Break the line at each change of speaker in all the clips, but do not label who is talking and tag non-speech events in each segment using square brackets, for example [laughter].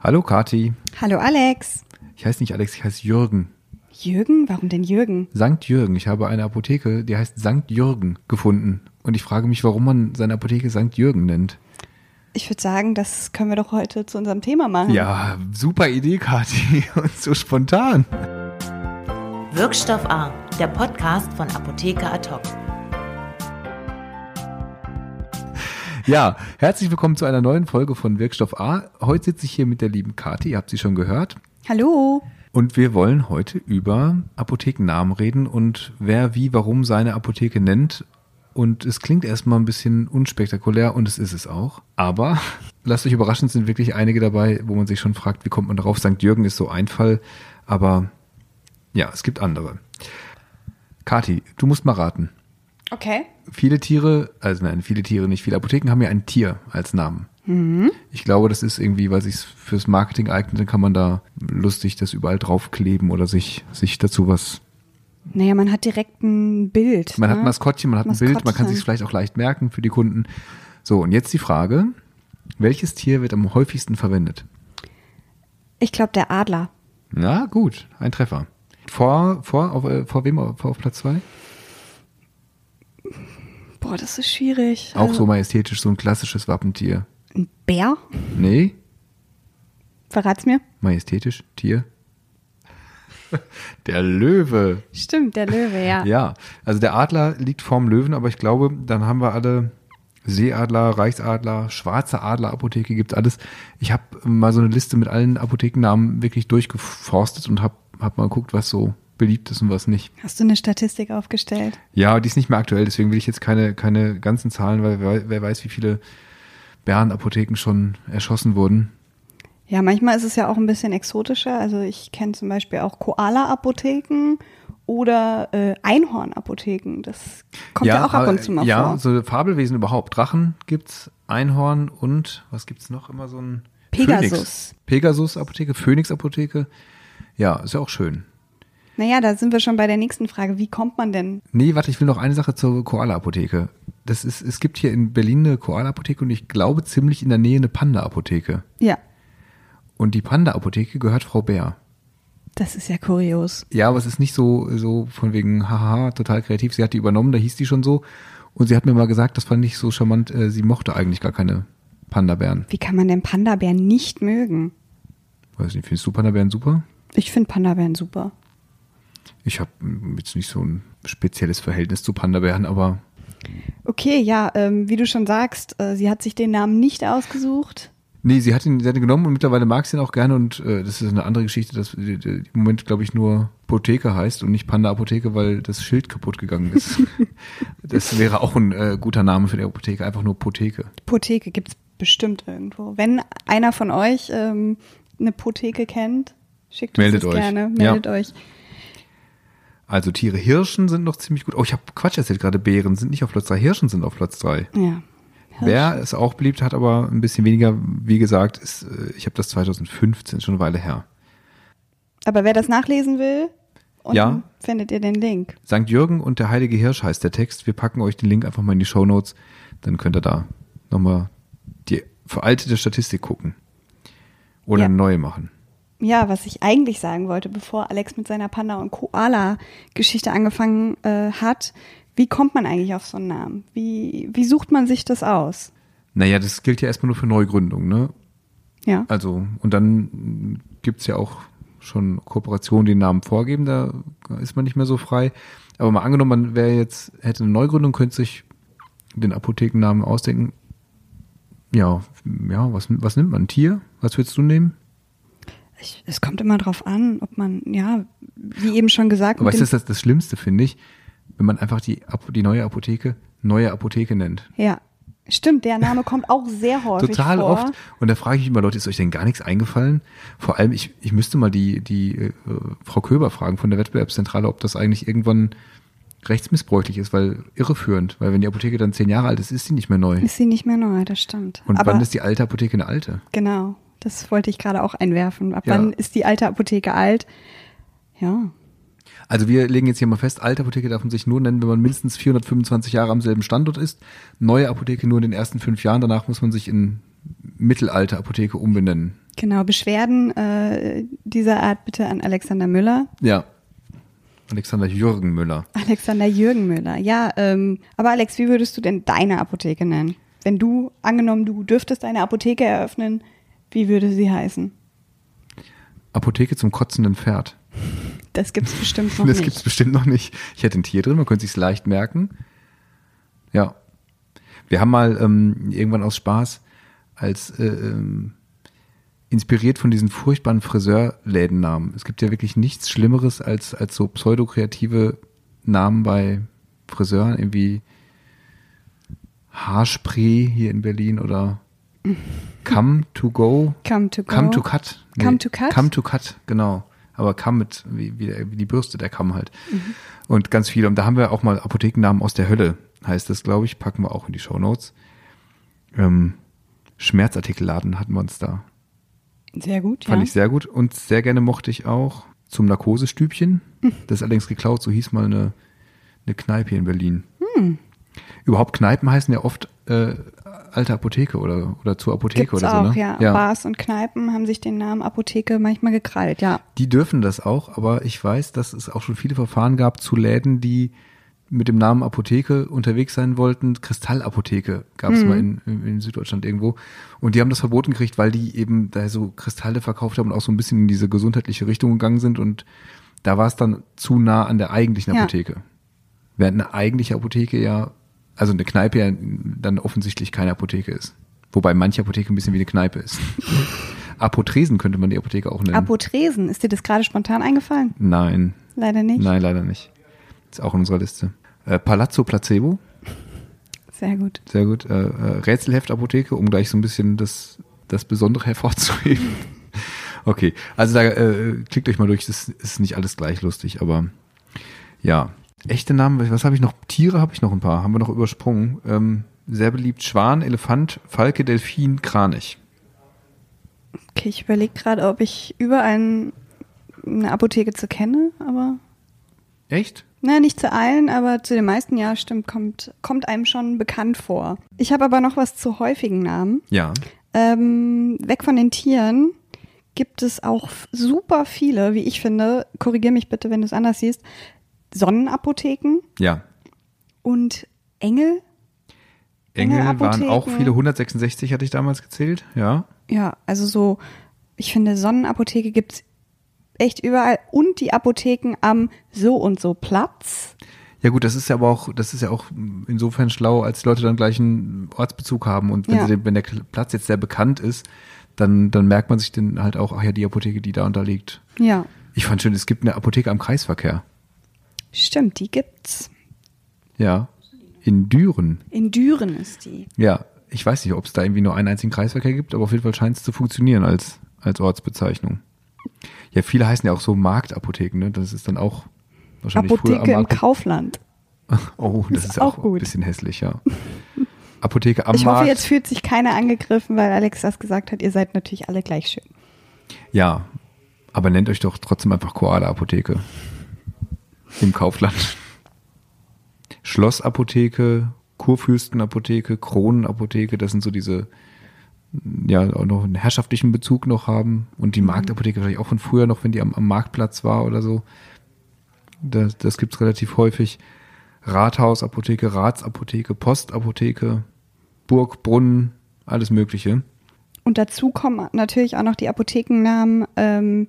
Hallo Kati.
Hallo Alex.
Ich heiße nicht Alex, ich heiße Jürgen.
Jürgen? Warum denn Jürgen?
Sankt Jürgen. Ich habe eine Apotheke, die heißt Sankt Jürgen gefunden. Und ich frage mich, warum man seine Apotheke Sankt Jürgen nennt.
Ich würde sagen, das können wir doch heute zu unserem Thema machen.
Ja, super Idee, Kati. [laughs] Und so spontan.
Wirkstoff A, der Podcast von Apotheker Ad hoc.
Ja, herzlich willkommen zu einer neuen Folge von Wirkstoff A. Heute sitze ich hier mit der lieben Kati, ihr habt sie schon gehört.
Hallo.
Und wir wollen heute über Apothekennamen reden und wer wie warum seine Apotheke nennt. Und es klingt erstmal ein bisschen unspektakulär und es ist es auch. Aber [laughs] lasst euch überraschen, es sind wirklich einige dabei, wo man sich schon fragt, wie kommt man darauf? St. Jürgen ist so ein Fall, aber ja, es gibt andere. Kati, du musst mal raten.
Okay.
Viele Tiere, also nein, viele Tiere nicht, viele Apotheken haben ja ein Tier als Namen. Ich glaube, das ist irgendwie, weil sich's fürs Marketing eignet, dann kann man da lustig das überall draufkleben oder sich, sich dazu was.
Naja, man hat direkt ein Bild.
Man hat
ne?
ein Maskottchen, man hat ein Bild, man kann
Maskottchen.
sich vielleicht auch leicht merken für die Kunden. So, und jetzt die Frage, welches Tier wird am häufigsten verwendet?
Ich glaube, der Adler.
Na gut, ein Treffer. Vor, vor, auf, äh, vor wem auf, auf Platz zwei?
Boah, das ist schwierig. Also
Auch so majestätisch, so ein klassisches Wappentier.
Ein Bär?
Nee,
Verrat's mir.
majestätisch, Tier. Der Löwe.
Stimmt, der Löwe, ja.
Ja, also der Adler liegt vorm Löwen, aber ich glaube, dann haben wir alle Seeadler, Reichsadler, schwarze Adler, Apotheke gibt alles. Ich habe mal so eine Liste mit allen Apothekennamen wirklich durchgeforstet und habe hab mal geguckt, was so beliebt ist und was nicht.
Hast du eine Statistik aufgestellt?
Ja, die ist nicht mehr aktuell, deswegen will ich jetzt keine, keine ganzen Zahlen, weil wer, wer weiß, wie viele Bären-Apotheken schon erschossen wurden.
Ja, manchmal ist es ja auch ein bisschen exotischer. Also ich kenne zum Beispiel auch Koala-Apotheken oder äh, Einhorn-Apotheken. Das kommt ja, auch ab
aber,
und zu mal
ja,
vor.
so Fabelwesen überhaupt. Drachen gibt's, Einhorn und was gibt's noch immer so ein
Pegasus.
Phönix. Pegasus Apotheke, Phönix Apotheke. Ja, ist ja auch schön.
Naja, da sind wir schon bei der nächsten Frage. Wie kommt man denn
Nee, warte, ich will noch eine Sache zur Koala Apotheke. Das ist es gibt hier in Berlin eine Koala Apotheke und ich glaube ziemlich in der Nähe eine Panda Apotheke
Ja,
und die Panda Apotheke gehört Frau Bär.
das ist ja kurios.
Ja, aber es ist nicht so, so von wegen, haha, total kreativ. Sie hat die übernommen, da hieß die schon so. Und sie hat mir mal gesagt, das fand ich so charmant, äh, sie mochte eigentlich gar keine Panda-Bären.
Wie kann man denn Panda-Bären nicht mögen?
Weiß nicht, findest du Panda-Bären super?
Ich finde Panda-Bären super.
Ich habe jetzt nicht so ein spezielles Verhältnis zu Panda-Bären, aber
Okay, ja, ähm, wie du schon sagst, äh, sie hat sich den Namen nicht ausgesucht.
nee, sie hat ihn, sie hat ihn genommen und mittlerweile mag sie ihn auch gerne und äh, das ist eine andere Geschichte, dass die- die- im Moment, glaube ich, nur Apotheke heißt und nicht Panda-Apotheke, weil das Schild kaputt gegangen ist. das wäre auch ein äh, guter Name für die Apotheke, einfach nur Apotheke.
Potheke gibt es bestimmt irgendwo. Wenn einer von euch ähm, eine Potheke kennt, schickt uns
Meldet
das
euch.
gerne. Meldet
Ja.
euch.
Also Tiere, Hirschen sind noch ziemlich gut. Oh, ich habe Quatsch erzählt gerade, Bären sind nicht auf Platz drei, Hirschen sind auf Platz drei.
Ja.
Wer es auch beliebt hat, aber ein bisschen weniger, wie gesagt, ist, äh, ich habe das 2015, schon eine Weile her.
Aber wer das nachlesen will, unten
Ja.
findet ihr den Link.
St. Jürgen und der Heilige Hirsch heißt der Text. Wir packen euch den Link einfach mal in die Show Notes. Dann könnt ihr da nochmal die veraltete Statistik gucken. Oder
Ja.
eine neue machen.
Ja, was ich eigentlich sagen wollte, bevor Alex mit seiner Panda- und Koala-Geschichte angefangen äh, hat, wie kommt man eigentlich auf so einen Namen? Wie, wie sucht man sich das aus?
Naja, das gilt ja erstmal nur für Neugründungen, ne?
Ja.
Also, und dann gibt's ja auch schon Kooperationen, die den Namen vorgeben, da ist man nicht mehr so frei. Aber mal angenommen, man wäre jetzt, hätte eine Neugründung, könnte sich den Apothekennamen ausdenken. Ja, ja, was, was nimmt man? Ein Tier? Was würdest du nehmen?
Ich, es kommt immer drauf an, ob man, ja, wie eben schon gesagt,
Aber
mit
es
dem,
ist das, das Schlimmste, finde ich, wenn man einfach die, Apo- die neue Apotheke neue Apotheke nennt.
ja, stimmt, der Name kommt auch
[laughs]
sehr häufig
Total
vor.
oft. Und da frage ich mich immer, Leute, ist euch denn gar nichts eingefallen? Vor allem, ich, ich müsste mal die, die äh, Frau Köber fragen von der Wettbewerbszentrale, ob das eigentlich irgendwann rechtsmissbräuchlich ist, weil irreführend, weil wenn die Apotheke dann zehn Jahre alt ist, ist sie nicht mehr neu.
Ist sie nicht mehr neu, das stimmt.
Und
Aber
wann ist die alte Apotheke eine alte?
genau, das wollte ich gerade auch einwerfen. Ab
Ja.
wann ist die alte Apotheke alt? Ja,
Also wir legen jetzt hier mal fest, alte Apotheke darf man sich nur nennen, wenn man mindestens 425 Jahre am selben Standort ist. Neue Apotheke nur in den ersten fünf Jahren, danach muss man sich in mittelalte Apotheke umbenennen.
Genau, Beschwerden äh, dieser Art bitte an Alexander Müller.
Ja. Alexander Jürgen Müller.
Alexander Jürgen Müller, ja. Ähm, aber Alex, wie würdest du denn deine Apotheke nennen? Wenn du, angenommen, du dürftest eine Apotheke eröffnen, wie würde sie heißen?
Apotheke zum kotzenden Pferd.
Das gibt's bestimmt
[laughs]
noch
das
nicht.
gibt's bestimmt noch nicht. Ich hätte ein Tier drin, man könnte sich's leicht merken. Ja. Wir haben mal ähm, irgendwann aus Spaß als äh, ähm, inspiriert von diesen furchtbaren Friseurlädennamen. Es gibt ja wirklich nichts Schlimmeres als, als so pseudokreative Namen bei Friseuren, irgendwie Haarspray hier in Berlin
[laughs]
oder Come to go.
Come to go.
Come to cut.
Oh. Come to cut?
Come to cut, genau. Aber Kamm mit, wie, wie, der, wie die Bürste, der Kamm halt.
Mhm.
Und ganz viele. Und da haben wir auch mal Apothekennamen aus der Hölle, heißt das, glaube ich. Packen wir auch in die Shownotes. Ähm, Schmerzartikelladen hatten wir uns da.
Sehr gut,
Fand
ja.
ich sehr gut und sehr gerne mochte ich auch zum Narkosestübchen.
Hm.
Das ist allerdings geklaut, so hieß mal eine, eine Kneipe hier in Berlin.
Hm.
Überhaupt Kneipen heißen ja oft äh, alte Apotheke oder, oder zur Apotheke
Gibt's
oder so.
auch,
ne?
ja. Bars und Kneipen haben sich den Namen Apotheke manchmal gekrallt, ja.
Die dürfen das auch, aber ich weiß, dass es auch schon viele Verfahren gab zu Läden, die mit dem Namen Apotheke unterwegs sein wollten. Kristallapotheke gab es mal in, in Süddeutschland irgendwo. Und die haben das verboten gekriegt, weil die eben da so Kristalle verkauft haben und auch so ein bisschen in diese gesundheitliche Richtung gegangen sind. Und da war es dann zu nah an der eigentlichen
Ja.
Apotheke. Während eine eigentliche Apotheke ja, also eine Kneipe ja dann offensichtlich keine Apotheke ist. Wobei manche Apotheke ein bisschen wie eine Kneipe ist. Apothesen könnte man die Apotheke auch nennen.
Apothesen, ist dir das gerade spontan eingefallen?
Nein.
Leider nicht.
Nein, leider nicht. Ist auch in unserer Liste. Äh, Palazzo Placebo,
Sehr gut.
sehr gut. Äh, äh, Rätselheftapotheke, um gleich so ein bisschen das, das Besondere [laughs] hervorzuheben. okay, also da äh, klickt euch mal durch, das ist nicht alles gleich lustig, aber ja. Echte Namen, was habe ich noch? Tiere habe ich noch ein paar, haben wir noch übersprungen. Ähm, sehr beliebt Schwan, Elefant, Falke, Delfin, Kranich.
Okay, ich überlege gerade, ob ich über einen, eine Apotheke zu kenne, aber.
Echt?
Na, nicht zu allen, aber zu den meisten, ja, stimmt, kommt, kommt einem schon bekannt vor. Ich habe aber noch was zu häufigen Namen.
Ja.
Ähm, weg von den Tieren gibt es auch f- super viele, wie ich finde, korrigier mich bitte, wenn du es anders siehst, Sonnenapotheken
Ja.
und Engel.
Engel waren
Engelapotheken.
auch viele, 166 hatte ich damals gezählt, ja.
Ja, also so, ich finde, Sonnenapotheke gibt's echt überall und die Apotheken am so und so Platz.
Ja gut, das ist ja aber auch, das ist ja auch insofern schlau, als die Leute dann gleich einen Ortsbezug haben und wenn,
Ja.
sie den, wenn der Platz jetzt sehr bekannt ist, dann, dann merkt man sich den halt auch, ach ja, die Apotheke, die da und da liegt.
Ja,
Ich fand schön, es gibt eine Apotheke am Kreisverkehr.
stimmt, die gibt's.
Ja. In Düren.
In Düren ist die.
Ja. Ich weiß nicht, ob es da irgendwie nur einen einzigen Kreisverkehr gibt, aber auf jeden Fall scheint es zu funktionieren als, als Ortsbezeichnung. Ja, viele heißen ja auch so Marktapotheken, ne? Das ist dann auch wahrscheinlich früher
Apotheke
am
im
Markt.
Kaufland.
Oh, das ist,
Ist
auch,
auch gut.
ein bisschen hässlich, ja. Apotheke am
ich
Markt.
hoffe, jetzt fühlt sich keiner angegriffen, weil Alex das gesagt hat, ihr seid natürlich alle gleich schön.
Ja, aber nennt euch doch trotzdem einfach Koala-Apotheke. Im Kaufland. Schlossapotheke, Kurfürstenapotheke, Kronenapotheke, das sind so diese, ja, auch noch einen herrschaftlichen Bezug noch haben. Und die Marktapotheke vielleicht auch von früher noch, wenn die am, am Marktplatz war oder so. Das, das gibt's relativ häufig. Rathausapotheke, Ratsapotheke, Postapotheke, Burg, Brunnen, alles Mögliche.
Und dazu kommen natürlich auch noch die Apothekennamen, ähm,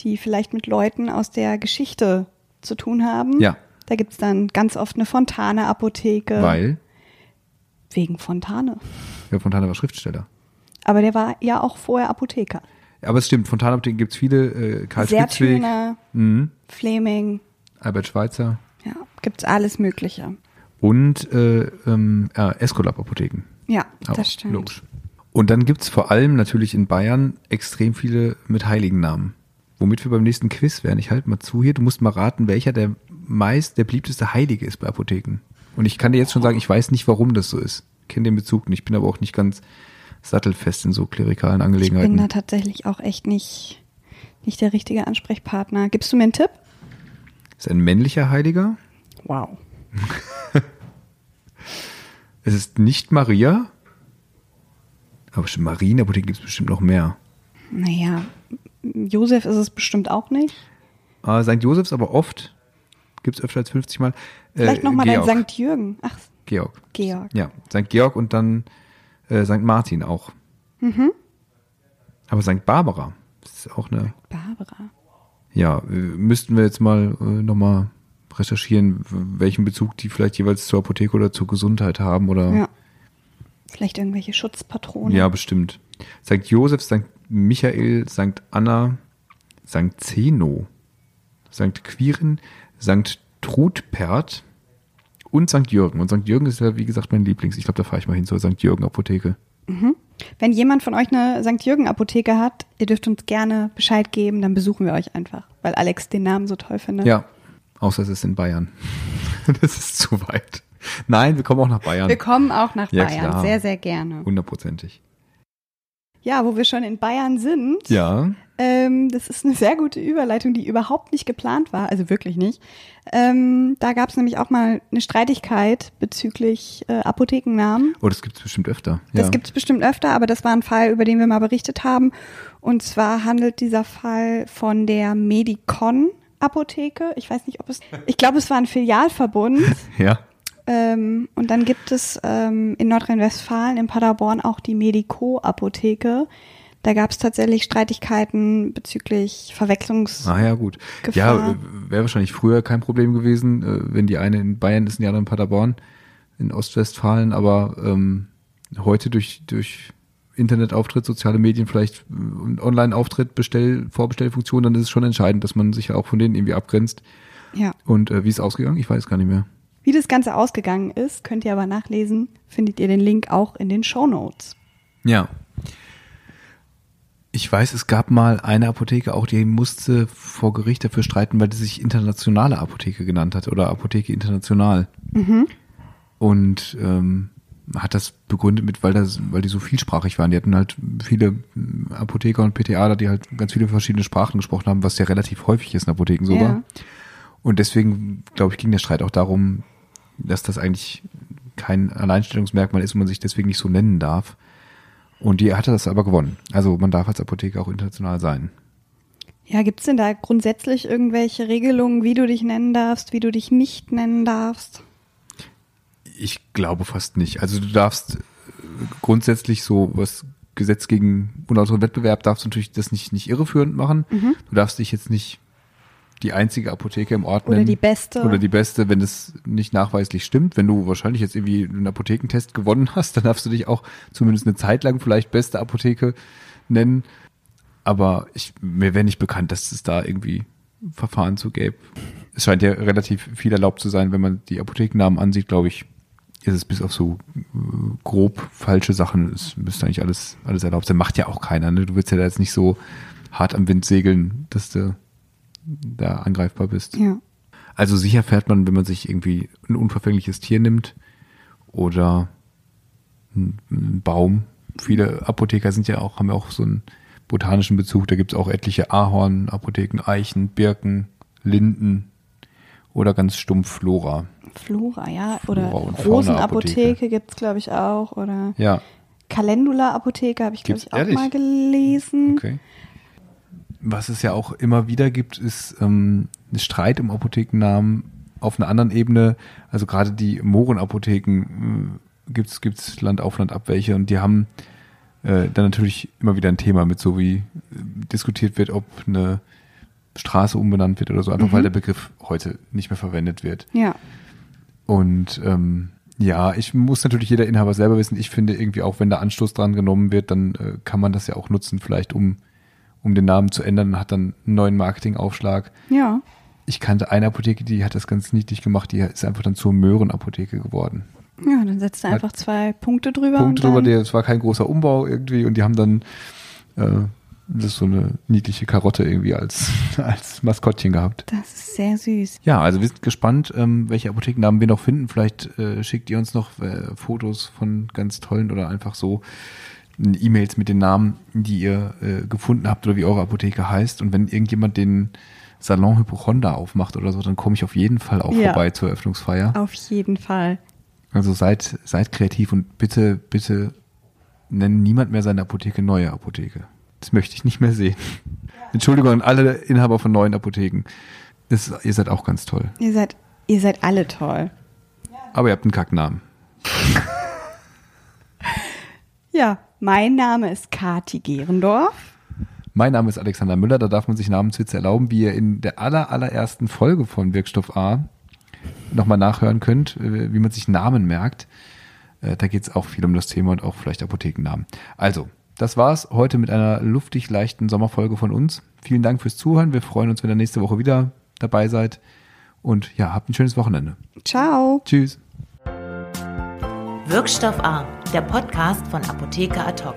die vielleicht mit Leuten aus der Geschichte zu tun haben.
Ja.
Da gibt's dann ganz oft eine Fontane-Apotheke.
Weil,
Wegen Fontane.
ja, Fontana war Schriftsteller.
Aber der war ja auch vorher Apotheker.
Aber es stimmt, Fontanapotheken gibt es viele. Äh, Karl Spitzweg,
Sertüner,
mhm,
Fleming,
Albert Schweitzer
ja, gibt's alles Mögliche.
und äh, ähm, äh, Escolab-Apotheken.
Ja,
Auch,
das stimmt.
Logisch. Und dann gibt es vor allem natürlich in Bayern extrem viele mit heiligen Namen. Womit wir beim nächsten Quiz wären. Ich halte mal zu hier. Du musst mal raten, welcher der meist, der beliebteste Heilige ist bei Apotheken. Und ich kann dir jetzt schon sagen, ich weiß nicht, warum das so ist. Kenne den Bezug nicht. Bin aber auch nicht ganz sattelfest in so klerikalen
Ich bin
Angelegenheiten.
da tatsächlich auch echt nicht, nicht der richtige Ansprechpartner. Gibst du mir einen Tipp?
ist ein männlicher Heiliger.
Wow.
Es ist nicht Maria. Aber schon Marienapotheken gibt es bestimmt noch mehr.
Naja, Josef ist es bestimmt auch nicht.
Äh, St. Josefs aber oft, gibt es öfter als 50 Mal. Äh,
Vielleicht nochmal dein
Georg.
St. Jürgen. Ach,
Georg.
Georg.
Ja, St. Georg und dann äh, St. Martin auch.
Mhm.
Aber St. Barbara ist auch eine.
Barbara.
Ja, äh, müssten wir jetzt mal äh, nochmal recherchieren, w- welchen Bezug die vielleicht jeweils zur Apotheke oder zur Gesundheit haben oder.
Ja. Vielleicht irgendwelche Schutzpatronen.
Ja, bestimmt. St. Josef, St. Michael, St. Anna, St. Zeno, St. Quirin, St. Trudpert und St. Jürgen. Und St. Jürgen ist ja, wie gesagt, mein Lieblings. Ich glaube, da fahre ich mal hin zur St. Jürgen-Apotheke.
Wenn jemand von euch eine St. Jürgen-Apotheke hat, ihr dürft uns gerne Bescheid geben, dann besuchen wir euch einfach, weil Alex den Namen so toll findet.
Ja, außer es ist in Bayern. [laughs] das ist zu weit. Nein, wir kommen auch nach Bayern.
Wir kommen auch nach
Ja,
Bayern,
klar.
sehr, sehr gerne.
Hundertprozentig.
Ja, wo wir schon in Bayern sind,
Ja,
ähm, das ist eine sehr gute Überleitung, die überhaupt nicht geplant war, also wirklich nicht. Ähm, da gab es nämlich auch mal eine Streitigkeit bezüglich äh, Apothekennamen.
oh, das gibt es bestimmt öfter.
Das
ja.
gibt es bestimmt öfter, aber das war ein Fall, über den wir mal berichtet haben. Und zwar handelt dieser Fall von der Medicon Apotheke. Ich weiß nicht, ob es, ich glaube, es war ein Filialverbund.
Ja,
ähm, und dann gibt es ähm, in Nordrhein-Westfalen, in Paderborn auch die Medico Apotheke. Da gab es tatsächlich Streitigkeiten bezüglich Verwechslungs.
Ah ja, gut. Ja,
Gefahr.
äh, wäre wahrscheinlich früher kein Problem gewesen, äh, wenn die eine in Bayern ist und die andere in Paderborn, in Ostwestfalen, aber ähm, heute durch, durch Internetauftritt, soziale Medien vielleicht äh, und Online-Auftritt, Bestell, Vorbestellfunktion, dann ist es schon entscheidend, dass man sich ja auch von denen irgendwie abgrenzt.
Ja.
Und äh, wie ist es ausgegangen? Ich weiß gar nicht mehr.
Wie das Ganze ausgegangen ist, könnt ihr aber nachlesen. Findet ihr den Link auch in den Show Notes.
Ja. Ich weiß, es gab mal eine Apotheke, auch die musste vor Gericht dafür streiten, weil die sich internationale Apotheke genannt hat oder Apotheke International. Und ähm, hat das begründet mit, weil, das, weil die so vielsprachig waren. Die hatten halt viele mh, Apotheker und PTA, da, die halt ganz viele verschiedene Sprachen gesprochen haben, was ja relativ häufig ist in Apotheken sogar.
Ja.
Und deswegen, glaube ich, ging der Streit auch darum, dass das eigentlich kein Alleinstellungsmerkmal ist und man sich deswegen nicht so nennen darf. Und die hatte das aber gewonnen. Also man darf als Apotheke auch international sein.
Ja, gibt's denn da grundsätzlich irgendwelche Regelungen, wie du dich nennen darfst, wie du dich nicht nennen darfst?
Ich glaube fast nicht. Also du darfst äh, grundsätzlich so was Gesetz gegen unauteren Wettbewerb darfst du natürlich das nicht, nicht irreführend machen.
Mhm.
Du darfst dich jetzt nicht die einzige Apotheke im Ort
Oder
nennen.
die beste.
Oder die beste, wenn es nicht nachweislich stimmt. Wenn du wahrscheinlich jetzt irgendwie einen Apothekentest gewonnen hast, dann darfst du dich auch zumindest eine Zeit lang vielleicht beste Apotheke nennen. Aber ich, mir wäre nicht bekannt, dass es da irgendwie Verfahren zu gäbe. Es scheint ja relativ viel erlaubt zu sein, wenn man die Apothekennamen ansieht, glaube ich, ist es bis auf so äh, grob falsche Sachen, es müsste eigentlich alles, alles erlaubt sein. Macht ja auch keiner, ne? Du willst ja da jetzt nicht so hart am Wind segeln, dass du da angreifbar bist.
Ja.
Also sicher fährt man, wenn man sich irgendwie ein unverfängliches Tier nimmt oder ein- ein Baum. Viele Apotheker sind ja auch, haben ja auch so einen botanischen Bezug. Da gibt es auch etliche Ahorn, Apotheken, Eichen, Birken, Linden oder ganz stumpf Flora.
Flora, ja. Oder
Flora und
Rosenapotheke
Fauna-Apotheke.
gibt's glaube ich, auch. Oder
Ja,
Calendula-Apotheke habe ich, glaube
Gibt's
ich, auch
ehrlich?
mal gelesen.
okay. Was es ja auch immer wieder gibt, ist ähm, ein Streit um Apothekennamen auf einer anderen Ebene. Also gerade die Mohrenapotheken äh, gibt's gibt's Land auf Land ab welche und die haben äh, dann natürlich immer wieder ein Thema mit, so wie äh, diskutiert wird, ob eine Straße umbenannt wird oder so, einfach weil der Begriff heute nicht mehr verwendet wird.
Ja.
Und ähm, ja, ich muss natürlich jeder Inhaber selber wissen. Ich finde irgendwie auch, wenn da Anstoß dran genommen wird, dann äh, kann man das ja auch nutzen, vielleicht um, um den Namen zu ändern und hat dann einen neuen Marketingaufschlag.
Ja.
Ich kannte eine Apotheke, die hat das ganz niedlich gemacht, die ist einfach dann zur Möhrenapotheke geworden.
Ja, dann setzt du einfach zwei Punkte drüber.
Punkt
und
drüber,
dann,
der, es war kein großer Umbau irgendwie und die haben dann äh, das ist so eine niedliche Karotte irgendwie als, [laughs] als Maskottchen gehabt.
Das ist sehr süß.
Ja, also wir sind gespannt, ähm, welche Apothekennamen wir noch finden. Vielleicht äh, schickt ihr uns noch äh, Fotos von ganz tollen oder einfach so n- E-Mails mit den Namen, die ihr äh, gefunden habt oder wie eure Apotheke heißt. Und wenn irgendjemand den Salon Hypochonda aufmacht oder so, dann komme ich auf jeden Fall auch
Ja.
vorbei zur Eröffnungsfeier.
Auf jeden Fall.
Also seid, seid kreativ und bitte, bitte nennen niemand mehr seine Apotheke neue Apotheke. Das möchte ich nicht mehr sehen. Entschuldigung an alle Inhaber von neuen Apotheken. Es, ihr seid auch ganz toll.
Ihr seid, ihr seid alle toll.
Aber ihr habt einen Kacknamen.
Ja, mein Name ist Kati Gerendorf.
Mein Name ist Alexander Müller, da darf man sich Namenswitze erlauben, wie ihr in der aller, allerersten Folge von Wirkstoff A nochmal nachhören könnt, äh, wie man sich Namen merkt. Äh, Da geht es auch viel um das Thema und auch vielleicht Apothekennamen. Also, das war's heute mit einer luftig leichten Sommerfolge von uns. Vielen Dank fürs Zuhören. Wir freuen uns, wenn ihr nächste Woche wieder dabei seid. Und ja, habt ein schönes Wochenende.
Ciao.
Tschüss.
Wirkstoff A, der Podcast von Apotheker Ad hoc.